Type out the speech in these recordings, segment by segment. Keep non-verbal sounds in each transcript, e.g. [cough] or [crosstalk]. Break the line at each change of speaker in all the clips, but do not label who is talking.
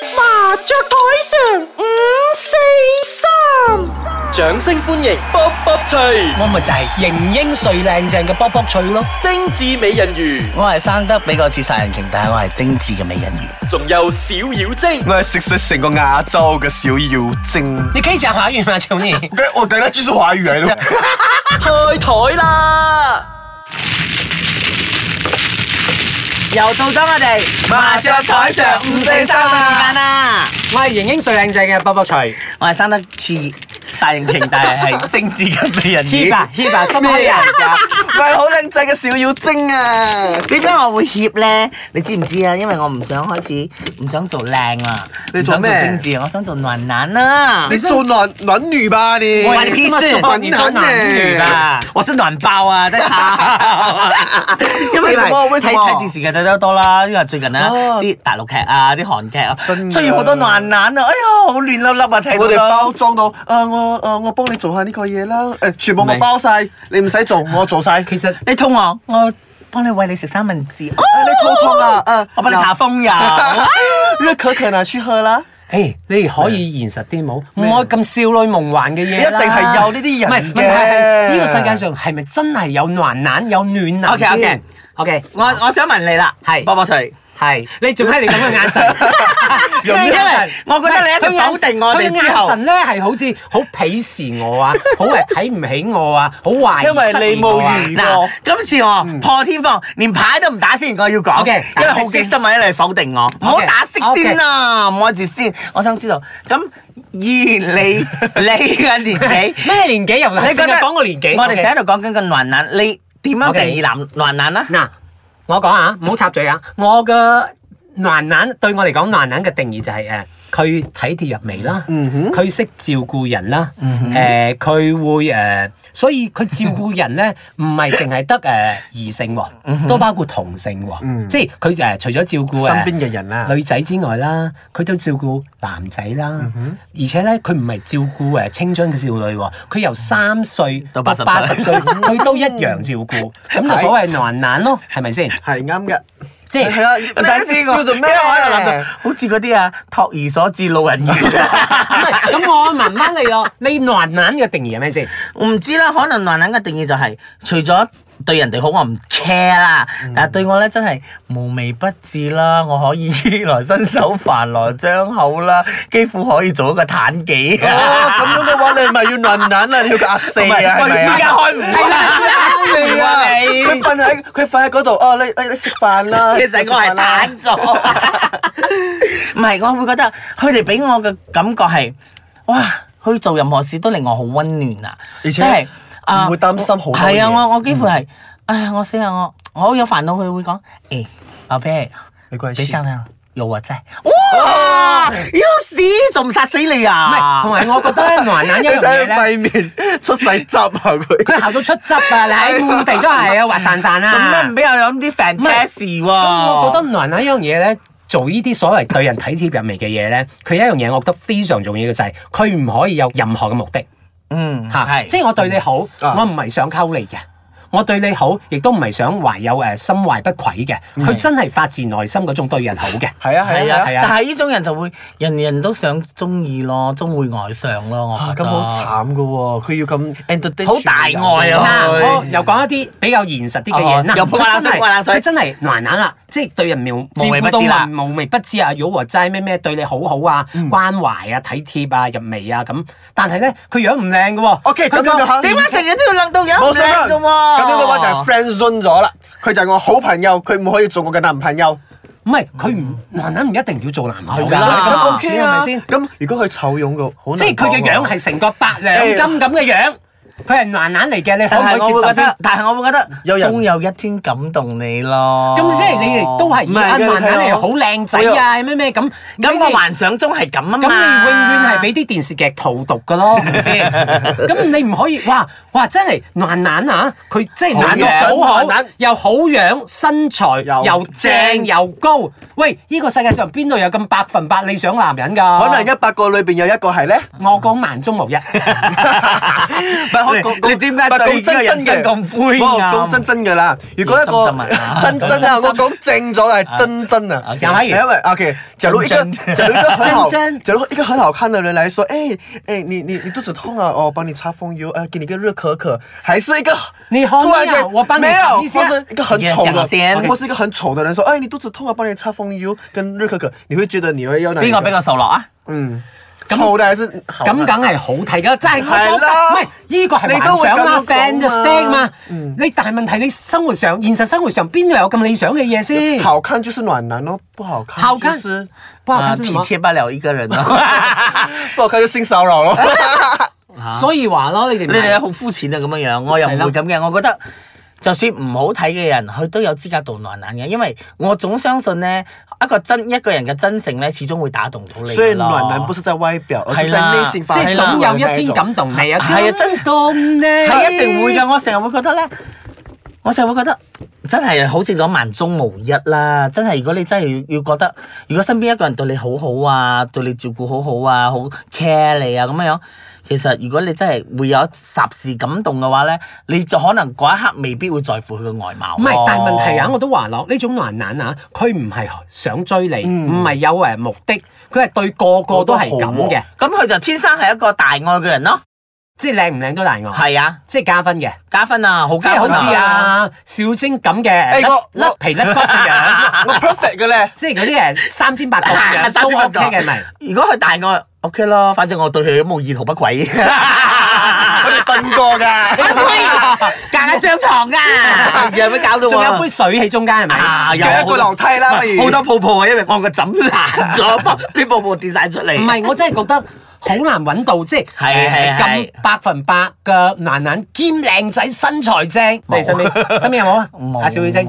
桌台上五四三，掌聲歡迎卜卜脆，
我咪就係型英帥靚正嘅卜卜脆咯，
精緻美人魚，
我係生得比較似殺人鯨，但係我係精緻嘅美人魚。
仲有小妖精。
我係食食成個亞洲嘅小妖精。
你可以講華語嗎？
[laughs]
求你。
等我等下繼續華語嚟咯。
開台啦！
又到咗我哋麻雀台上五四三
啊
嘅時間啦！
我係型英帥靚正嘅卜卜脆。
我係生得似殺人鯨，但係係精緻嘅美人
Hebe
魚。
啊 Hebe 啊心虛
咩
啊
嚟㗎？我係好靚仔嘅小妖精啊！點解我會怯咧？你知唔知啊？因為我唔想開始，唔想做靚啊，
你做
唔
咩
想做精緻啊，我想做暖男啊！
[laughs] 你做暖暖女吧你？
我係
你
意
這麼
思
說你做暖女啦，
[laughs] 我是暖包啊，真係。因為
為
[laughs]
什麼為
睇
什麼
睇電視劇睇得多啦，因為最近啊
哦
啲大陸劇啊、啲韓劇啊，
真㗎
出現好多暖男啊，哎呀好亂粒粒啊，睇到
我哋
都
包裝到，啊我啊我幫你做下呢個嘢啦，誒全部
唔係
我包晒，你唔使做，我做晒。
其實
你肚餓，我幫你餵你食三文治。哦
啊你肚痛啊？啊
我幫你搽風油。
熱可可拿去喝啦。
誒，你哋可以現實啲冇，唔可以咁少女夢幻嘅嘢啦
一定係有呢啲人
唔係問題係
嘅
呢個世界上係咪真係有暖男有暖男
OK，OK
先？OK，
我我想問你啦，
係
波波翠。
係你仲係你咁嘅眼神，
[laughs] 因為我覺得你一定否定我哋之後
佢嘅眼神咧係好似好鄙視我啊，好係睇唔起我啊，好懷疑
因為你冇遇
質疑我啊
嗱，今次我破天荒，連牌都唔打先，我要講
OK，
因為
打
好
色
激
先
心啊！因為你否定我，唔好
OK，
打色先啦，唔好字先。我想知道，咁 [laughs] 以你你嘅年紀，
咩年紀又唔係
你
成日講個年紀，
我哋
OK
成日喺度講緊個暖男，你點樣
OK
定義男暖男啊？
嗱，我講啊，唔好插嘴啊！我嘅暖男對我嚟講，暖男嘅定義就係、誒。佢體貼入微啦，
嗯
佢識、照顧人啦，誒佢、會誒、所以佢照顧人咧， [laughs] 唔係淨係得誒異性喎，都包括同性喎，即係佢誒除咗照顧誒
嗯身邊嘅人啦
女仔之外啦，佢都照顧男仔啦，而且咧佢唔係照顧誒青春嘅少女喎，佢由三歲
到80
八十
[laughs]
歲，佢都一樣照顧，咁就所謂難難咯，係咪
[laughs]
先？
係啱嘅。
即係
係啊，但係笑做咩？
因為我喺度諗到， [laughs] 好似嗰啲啊托兒所至老人院。啊
唔係咁我慢慢嚟咯。你難難嘅定義係咩先？
我唔知啦，可能男人嘅定義就係、除咗對人哋好，我唔 care 啦，
嗯
但係對我咧真係無微不至啦，我可以來伸手飯來張口啦，幾乎可以做一個坦己啊
哦，咁樣嘅話，你咪要暖男啦，你要個阿四啊，係咪啊？
開唔開
你啊！佢瞓喺佢瞓喺嗰度，哦，你你你食飯
[laughs]
啦。
其實我係
à.
坦咗，唔係我會覺得佢哋俾我嘅感覺係，哇！佢做任何事都令我好温暖啊，
而且
即係啊
唔會擔心好多嘢嗯
係啊，我我幾乎係，唉，我死啊我，我好有煩惱，佢會講，誒，阿 P，
你過去
你
試 [laughs]
想啊，有我在，哇！要死，仲唔殺死你
唔
啊？
係，同埋我覺得難難一
你
樣嘢
[laughs]
睇佢
咧，
塊面出晒汁啊！佢
佢行到出汁啊！你
[laughs]
喺滿地都係啊，滑潺潺
做咩唔
啊！
俾我飲啲 fantasy 喎？
哦
咁我覺得難難一樣嘢咧。做呢啲所謂對人體貼入微嘅嘢咧，佢有一樣嘢我覺得非常重要嘅就係佢唔可以有任何嘅目的。
嗯
嚇，
係，
即係我對你好，
啊
我唔係想溝你嘅。我對你好，亦都唔係想懷有誒心懷不軌嘅，佢真係發自內心嗰種對人好嘅。
嗯係啊係
係
啊
啊，
係
係
啊
但係呢種人就會人人都想中意咯，終會愛上咯，我
啊！
覺
咁
得。
好慘噶喎，佢要咁 entertain
好大愛啊
嗱，
全部人
我又講一啲比較現實啲嘅
哦
嘢，嗱
又潑冷水潑冷水
佢真係難難啦，即係對人妙
無微不
照顧
至啦嗯
到無微不至啊，如果話齋咩咩對你好好啊，關懷啊，體貼啊，入微啊咁，但係咧佢樣唔靚嘅喎。
OK，咁
佢個啊
樣就肯
點啊解成日都要諗到有
冇
唔
想啦
靚嘅喎？
咁樣嘅話就係 friend zone 咗啦。佢就係我好朋友，佢唔可以做我嘅男朋友。
唔係佢唔難難唔一定要做男朋友㗎，
Dạ,
係啦
你咁膚
OK
淺係
啊
咪先？
咁如果佢醜樣嘅，好難
即係佢嘅樣
講喎
係成個百兩金咁嘅樣，佢係難難嚟嘅，你可
但係
唔可以
我
接
會
受
覺
先
得？，但係我會覺得
有人
終有一天感動你咯。
咁即係你哋都係
唔
以
係
阿
嘅
難難
你
嚟
睇我
好靚仔啊咩咩咁，
咁
你
我幻想中係咁啊嘛。
咁你永遠係俾啲電視劇荼毒
[laughs]
噶咯，係咪先？咁你唔可以，哇哇真係難難啊！佢真係難到
好樣
好好
難難，
又好樣，身材
又
又正
正
又高。喂，呢個世界上邊度有咁百分百理想男人㗎？
[laughs] 可能一百個裏邊有一個係咧，
我講萬中無一。
唔係
[laughs]
你-
你-你點解
唔係，
對呢個
講真-
人
真
生
嘅。
咁灰暗？啊
[laughs] 唔係，我講真真嘅啦。如果一個
要真真啊。
真真啊，我講正咗係真真啊。
啊，講華語。
因為，OK，假如一個-
[laughs]
假如一個很好-
真真。
假如一個很好看的人來說，哎，哎，你-你-哎你肚子痛啊，哦，我幫你擦風油，呃，给你个热可可。还是一个
你好呀，
突然間-
我幫你
沒有，
找一下。
或是一個很
你
醜的-
先講先。
啊或是一個很醜的人說，哎，你肚子痛啊，幫你擦風油跟热可可。你會覺得你會要哪一個？
邊個比較受落啊？
嗯，臭嘅還是好
咁梗
嘅？
係好睇噶，真係我
係
覺得，
啦
唔係依個係幻想
你都
嘛
會
啊
咁樣講嘛
，fantastic 嘛。
嗯
你但係問題，你生活上現實生活上邊度有咁理想嘅嘢先？
好看就是暖男咯，不好哦看
好
就
看
是
不過
啊
佢是
體
什麼
貼不了一個人 [laughs] 啊！
不好看就性騷
[laughs]
擾咯。嗯
所以話咯，你哋
哎你
唔
哋
係
好膚淺啊咁樣樣，我又唔
係
會
啦
咁嘅。我覺得就算唔好睇嘅人，佢都有資格做暖男嘅，因為我總相信咧，一個真一個人嘅真誠咧，始終會打動到你㗎咯。
所以暖男不是在外表，而是在內心發
即係
出來
總
的
有一
那
天
種
感動你啊！
係啊真
感動你
係一定會㗎，我成日會覺得咧，我成日會覺得真係好似講萬中無一啦。真係如果你真係要要覺得，如果身邊一個人對你好好啊，對你照顧好好啊，好 care 你啊咁樣樣。其實如果你真係會有霎時感動嘅話咧，你就可能嗰一刻未必會在乎佢嘅外貌咯。哦
唔係，但係問題啊，我都話咯，呢種男人啊，佢唔係想追你，
嗯
唔係有誒目的，佢係對個個都係咁
我都
嘅
好，
咁佢就天生係一個大愛嘅人咯。
即係靚唔靚都大我，
係啊，
即係加分嘅，
加分啊，好
哦即
加
係
分
好
[laughs]
似！啊小晶咁嘅，
誒
甩
我
甩
我
皮甩骨嘅
[laughs]
樣。
我 perfect 嘅咧。
即係嗰啲誒三千八角嘅
三
都
千八角
OK 嘅咪？
如果佢大愛，OK 咯，反正我對佢冇意圖不 [laughs] 軌。
我哋瞓過㗎，
隔一張 [laughs] 床㗎，有咩搞到
仲有一
杯
杯水喺中間係咪？
啊，有
有一個樓梯啦，不如
好多泡泡啊，因為我個枕爛 [laughs] 咗，泡啲泡泡跌晒出嚟。
唔係，我真係覺得好難揾到，即係
係係
誒
係
咁百分百嘅男人兼靚仔，身材正。你身邊身邊有冇啊？阿小雨晶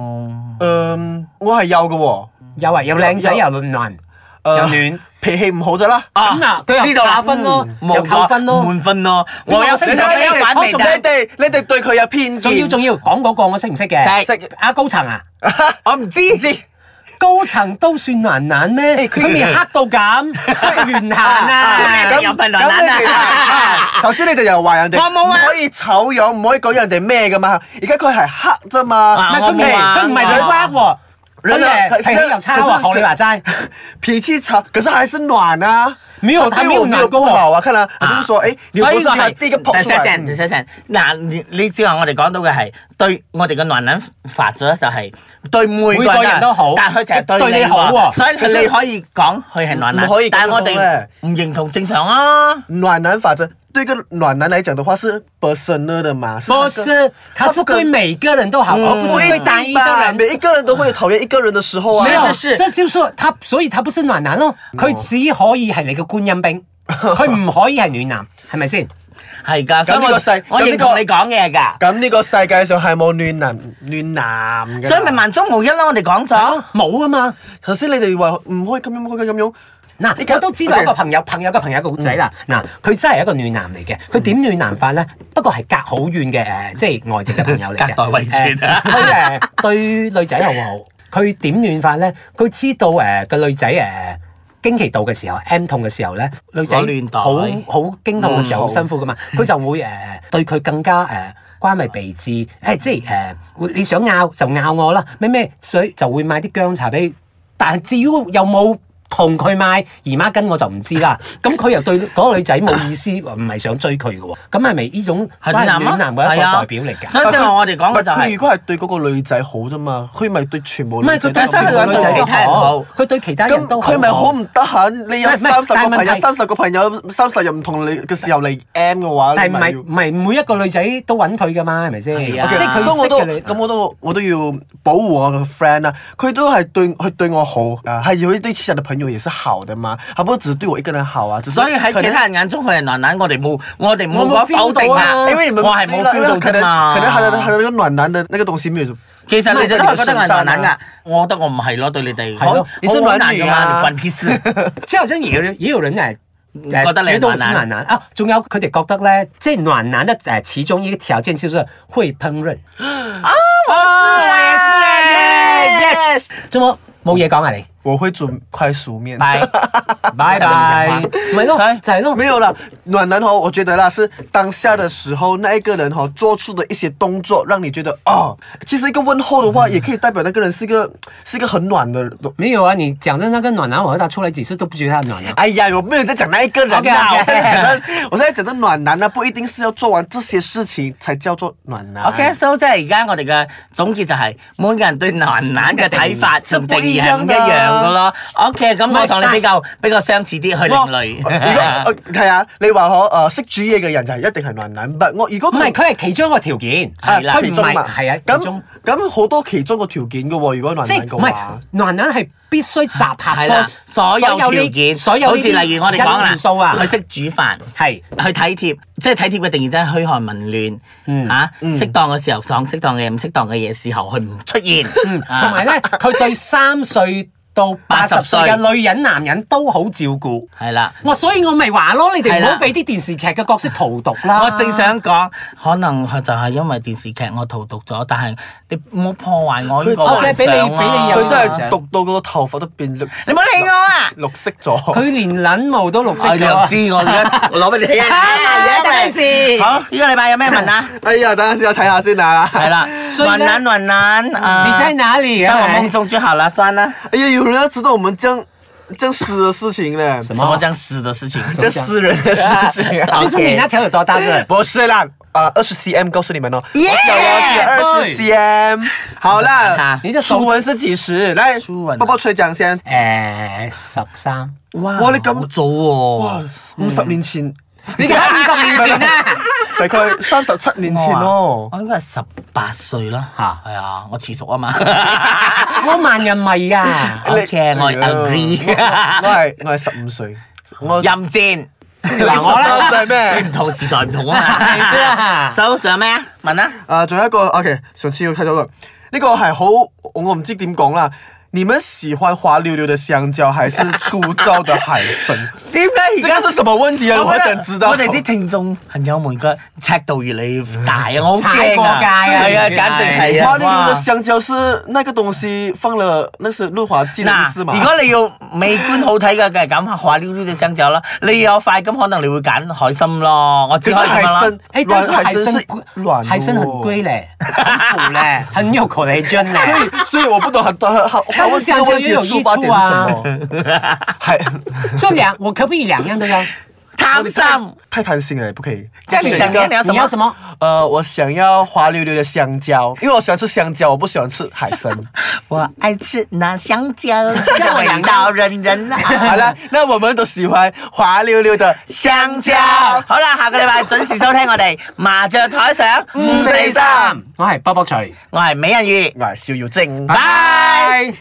嗯，我係有嘅喎。
有啊，有靚仔又暖，
誒
又暖。
脾氣唔好咗啦。
啊
咁嗱佢又
知道啦
打分咯
嗯冇
又扣分咯
啊滿分咯。
邊個
我有識
識唔
你
識
咗
睇
你
你
一
哋
玩
我
未
仲
得？
你哋你哋對佢有偏見。
仲要仲要講嗰個我識唔識嘅？
識
啊高層啊，
我唔知知。
高層都算男人咩？
佢
佢未黑到咁，黑到完閒
啊
啊！
咁有份量啦
你哋啊頭先你哋又話人哋
我冇啊
唔可以醜樣，唔可以講人哋咩㗎嘛。而家佢係黑啫
唔
嘛，
係佢
我
唔係
冇啊
佢唔係女娲喎，佢
人啊
誒脾氣又差喎，
可是
學你話齋。
脾氣吵，可是还是暖啊。
没有他没有暖过
不
我
好啊，看啦，他就是说，哎，你
所以
不是
呢個
他
係
第一個
第
撲出
四
來
聲，第
嗯，
四聲。嗱，你你只話我哋講到嘅係對我哋嘅男人法則就係對每個
每個
人
人都好
但係佢就係
對
對
你
你
好
好
喎
喎，所以你可以講佢係暖男，
唔可以咁
但係我
講
哋
嘅
唔認同正常啊。
暖男法則對一個暖男來講的話是 personal 的嘛，是那
不
個
是，他是对每个人都好，
嗯
而不是对单一的
吧
人。
每一个人都會有討厭一個人的時候啊
没。有，
是是是哦
这就是说他，所以他不是暖男咯，佢只可以係你嘅觀音兵，佢唔可以係暖男，係咪先？
係㗎，所以
咁呢個世
我我
咁
認
呢個
同你講嘅㗎。
咁呢個世界上係冇暖男暖男嘅。
所以咪萬中無一咯，我哋講咗。
冇啊嘛。
頭先你哋話唔可以咁樣，唔可以咁樣。
嗱，我都知道一個朋友，朋友嘅朋友嘅仔啦。
嗯
嗱，佢真係一個暖男嚟嘅，佢點暖男法咧？不過係隔好遠嘅誒，即係外地嘅朋友嚟嘅。
[laughs] 隔代遺傳啊
誒佢誒對女仔好好，佢點暖法咧？佢知道誒個女仔誒。經期到嘅時候，M 痛嘅時候咧，女仔
攞暖袋
好好經痛嘅時候好
嗯
辛苦噶嘛，佢就會誒對佢更加誒關埋鼻子，誒即係誒你想拗就拗我啦，咩咩水就會買啲薑茶俾佢，但係至於有冇同佢買姨媽巾我就唔知啦。咁佢又對嗰個女仔冇意思，唔係想追佢嘅喎，咁係咪呢種都係暖男嘅一個代表嚟㗎？
所以即係我哋講嘅就
但佢
係
如。果係對嗰個女仔好啫嘛，佢咪對全部
唔
女
係
仔
佢
都
對
有
但係
所
佢
有
話
女
好
仔
對
都
其他人
好
好，
佢對其他
咁
人都好。
佢咪好唔得閒？你有
唔係唔係
三十個朋友
但係問，題
三十個朋友，三十又唔同你嘅時候嚟 M 嘅話，
但
你
係唔
咪
係
要
唔係每一個女仔都揾佢㗎嘛？係咪先？即
係啊
係佢
所以我
識
都
嘅你。
咁我都我都要保護我嘅 friend 啦，佢都係對佢對我好啊，係會對其他的朋友也是好的嘛，他不是只對我一個人好啊，只是
所以喺
可
其
能
他人眼中，佢係暖男，我哋冇，我哋冇
我冇
講否定
feel 到啊
啊，
因為你們
我係冇 feel 到
可
啫
能
嘛。
可能他的他的那個暖男的那個東西沒有。
其實你哋都係覺得我係暖男
唔係
噶，我覺得我唔係咯，對你哋，
係咯
好
你是
好
暖
難
女
噶
啊
嘛，你關屁事。
[laughs] 即係好像也有人也有人誒。誒
覺得你係
主動是
暖男
暖男啊！仲有佢哋覺得咧，即係暖男的啊誒其中一個條件就是會烹飪。
啊
啊，我也是 yes，怎麼冇嘢講啊你？
我会煮快熟面。 [laughs]
拜
拜
[laughs]
拜，咪咯
所以，
就係咯，
没有啦，暖男哦，我觉得啦是当下的时候那一个人哦做出的一些动作，让你觉得哦，其实一个问候的
嗯
话，也可以代表那个人是一个是一个很暖的人。
没有啊！你讲的那个暖男，我和他出来几次都不觉得他暖
啊
男。
哎呀，我没有在讲那一个人啊
OK，OK，OK
我现在讲的，我现在讲的暖男呢、不一定是要做完这些事情才叫做暖男。
OK，so 即係而家我哋嘅總結就係每個人對男男嘅睇法同定義係唔一樣噶咯。OK，咁我同你比較比較相似啲去另
我
類。 [laughs]
如果係啊，你話我誒識煮嘢嘅人就係一定係暖男，唔我如果
唔
啊
係，佢係其中一個條件，
係啦
佢
其
唔
中
係
嘛，
係啊，其
咁
中
咁好多其中個條件嘅喎，如果暖
即
男
係
嘅
唔係
話。
暖男係必須集合
Oh 係啦，
所
所有條件，
所有
好
呢
似例如我哋講啦，
因素啊，
佢識煮飯。
係
去體貼，即係體貼嘅定義真係噓寒問暖，嚇適當嘅時候講適當嘅嘢，唔適當嘅嘢時候佢唔出現，À,
同
[laughs]
埋咧，佢對三歲到八十歲嘅女人、男人都好照顧。
係啦。
我所以我咪話咯，你哋
係
唔
啦
好俾啲電視劇嘅角色荼毒啦。
我正想講，可能就係因為電視劇我荼毒咗，但係你唔好破壞我呢個
佢
幻
OK，俾你
想啊
俾你有
佢真係毒到個頭髮都變綠色。
你唔好理我啊
綠色咗。
佢連撚毛都綠色
我就
咗。
知我
[laughs]
而家攞俾你睇
啊
下，
咩事？
好，呢個禮拜有咩
[laughs]
問啊？
哎呀，等陣先，我睇下先啊。
係啦，
所以
雲
呢嗯
南雲南啊，
你在哪裡啊
在我
[laughs]
夢中就好啦，算啦。
哎呀，有人要知道我們這樣這樣私的事情咧，
什麼叫死的事情？
這私人的事
[laughs]
情啊。
就是你那條有多大是？
[laughs] 不是啦，啊，二十 cm 告訴你們哦，
耶
二十 cm。好啦，
你的手
初吻是幾時？來，
初吻啊
波波吹講先。
誒，十三。
[laughs] 哇
哇你咁
好早喎、
哇，五十年前，
嗯你睇五十年前啊！
[laughs] 大概三十七年前哦。
我應該係十八歲啦，
嚇
係啊，我遲熟啊
[laughs]
嘛。 [laughs]
我萬人迷啊！
O K，我
哎呀
agree。
我係我係十五歲，我
任戰，
嗱我啦十三歲咩
你唔同時代唔同啊
係
嘛。
啊
手仲有咩啊？問啊！
啊，仲有一個 OK，上次我睇到個，呢個係好，我唔知點講啦。你們喜歡滑溜溜的香蕉，還是粗糙的海參？
點解
這個是什麼問題啊？我
覺得
想知道。
我哋啲聽眾朋友們個尺度越嚟越大啊！我好
踩
驚
過
啊！
界啊
係啊，
完全
簡直係
滑
啊！
溜溜的
哇
香蕉是那個東西放了，那是潤滑劑的意
嗱，
啊
思嘛？
如果你要美觀好睇嘅，梗係揀滑溜溜嘅香蕉啦。你有快感，可能你會揀海參咯。我只
可
可以
是
咁
海
樣啦。
參，
哎，但
卵
是
海
海
參
參
是軟，
海參很貴。嘞，很苦嘞，很有 collagen
[laughs]
所
嘞。
以， [laughs] 所以我不懂很多，他他
但
问
是
这个
香蕉
问
也
题的
有
出
益
发点
處啊
是什么？还
这两我可不可以两样都要？
[laughs]
[laughs] 貪啊心，
太贪心了，不可以。
即係你
选
陣
一个
間你有什
你要
麼
什？么？
呃，我想要滑溜溜的香蕉，因为我喜欢吃香蕉，我不喜欢吃海
[laughs]
参。
我愛吃那
[laughs]
香蕉，
香蕉
香味道人人啊
好
愛。
了，那我们都喜欢滑溜溜的香蕉。
好啦，下個禮拜準時收聽我哋麻雀台上五
我係卜卜脆，
我係美人魚，
啊我係邵耀正。
拜。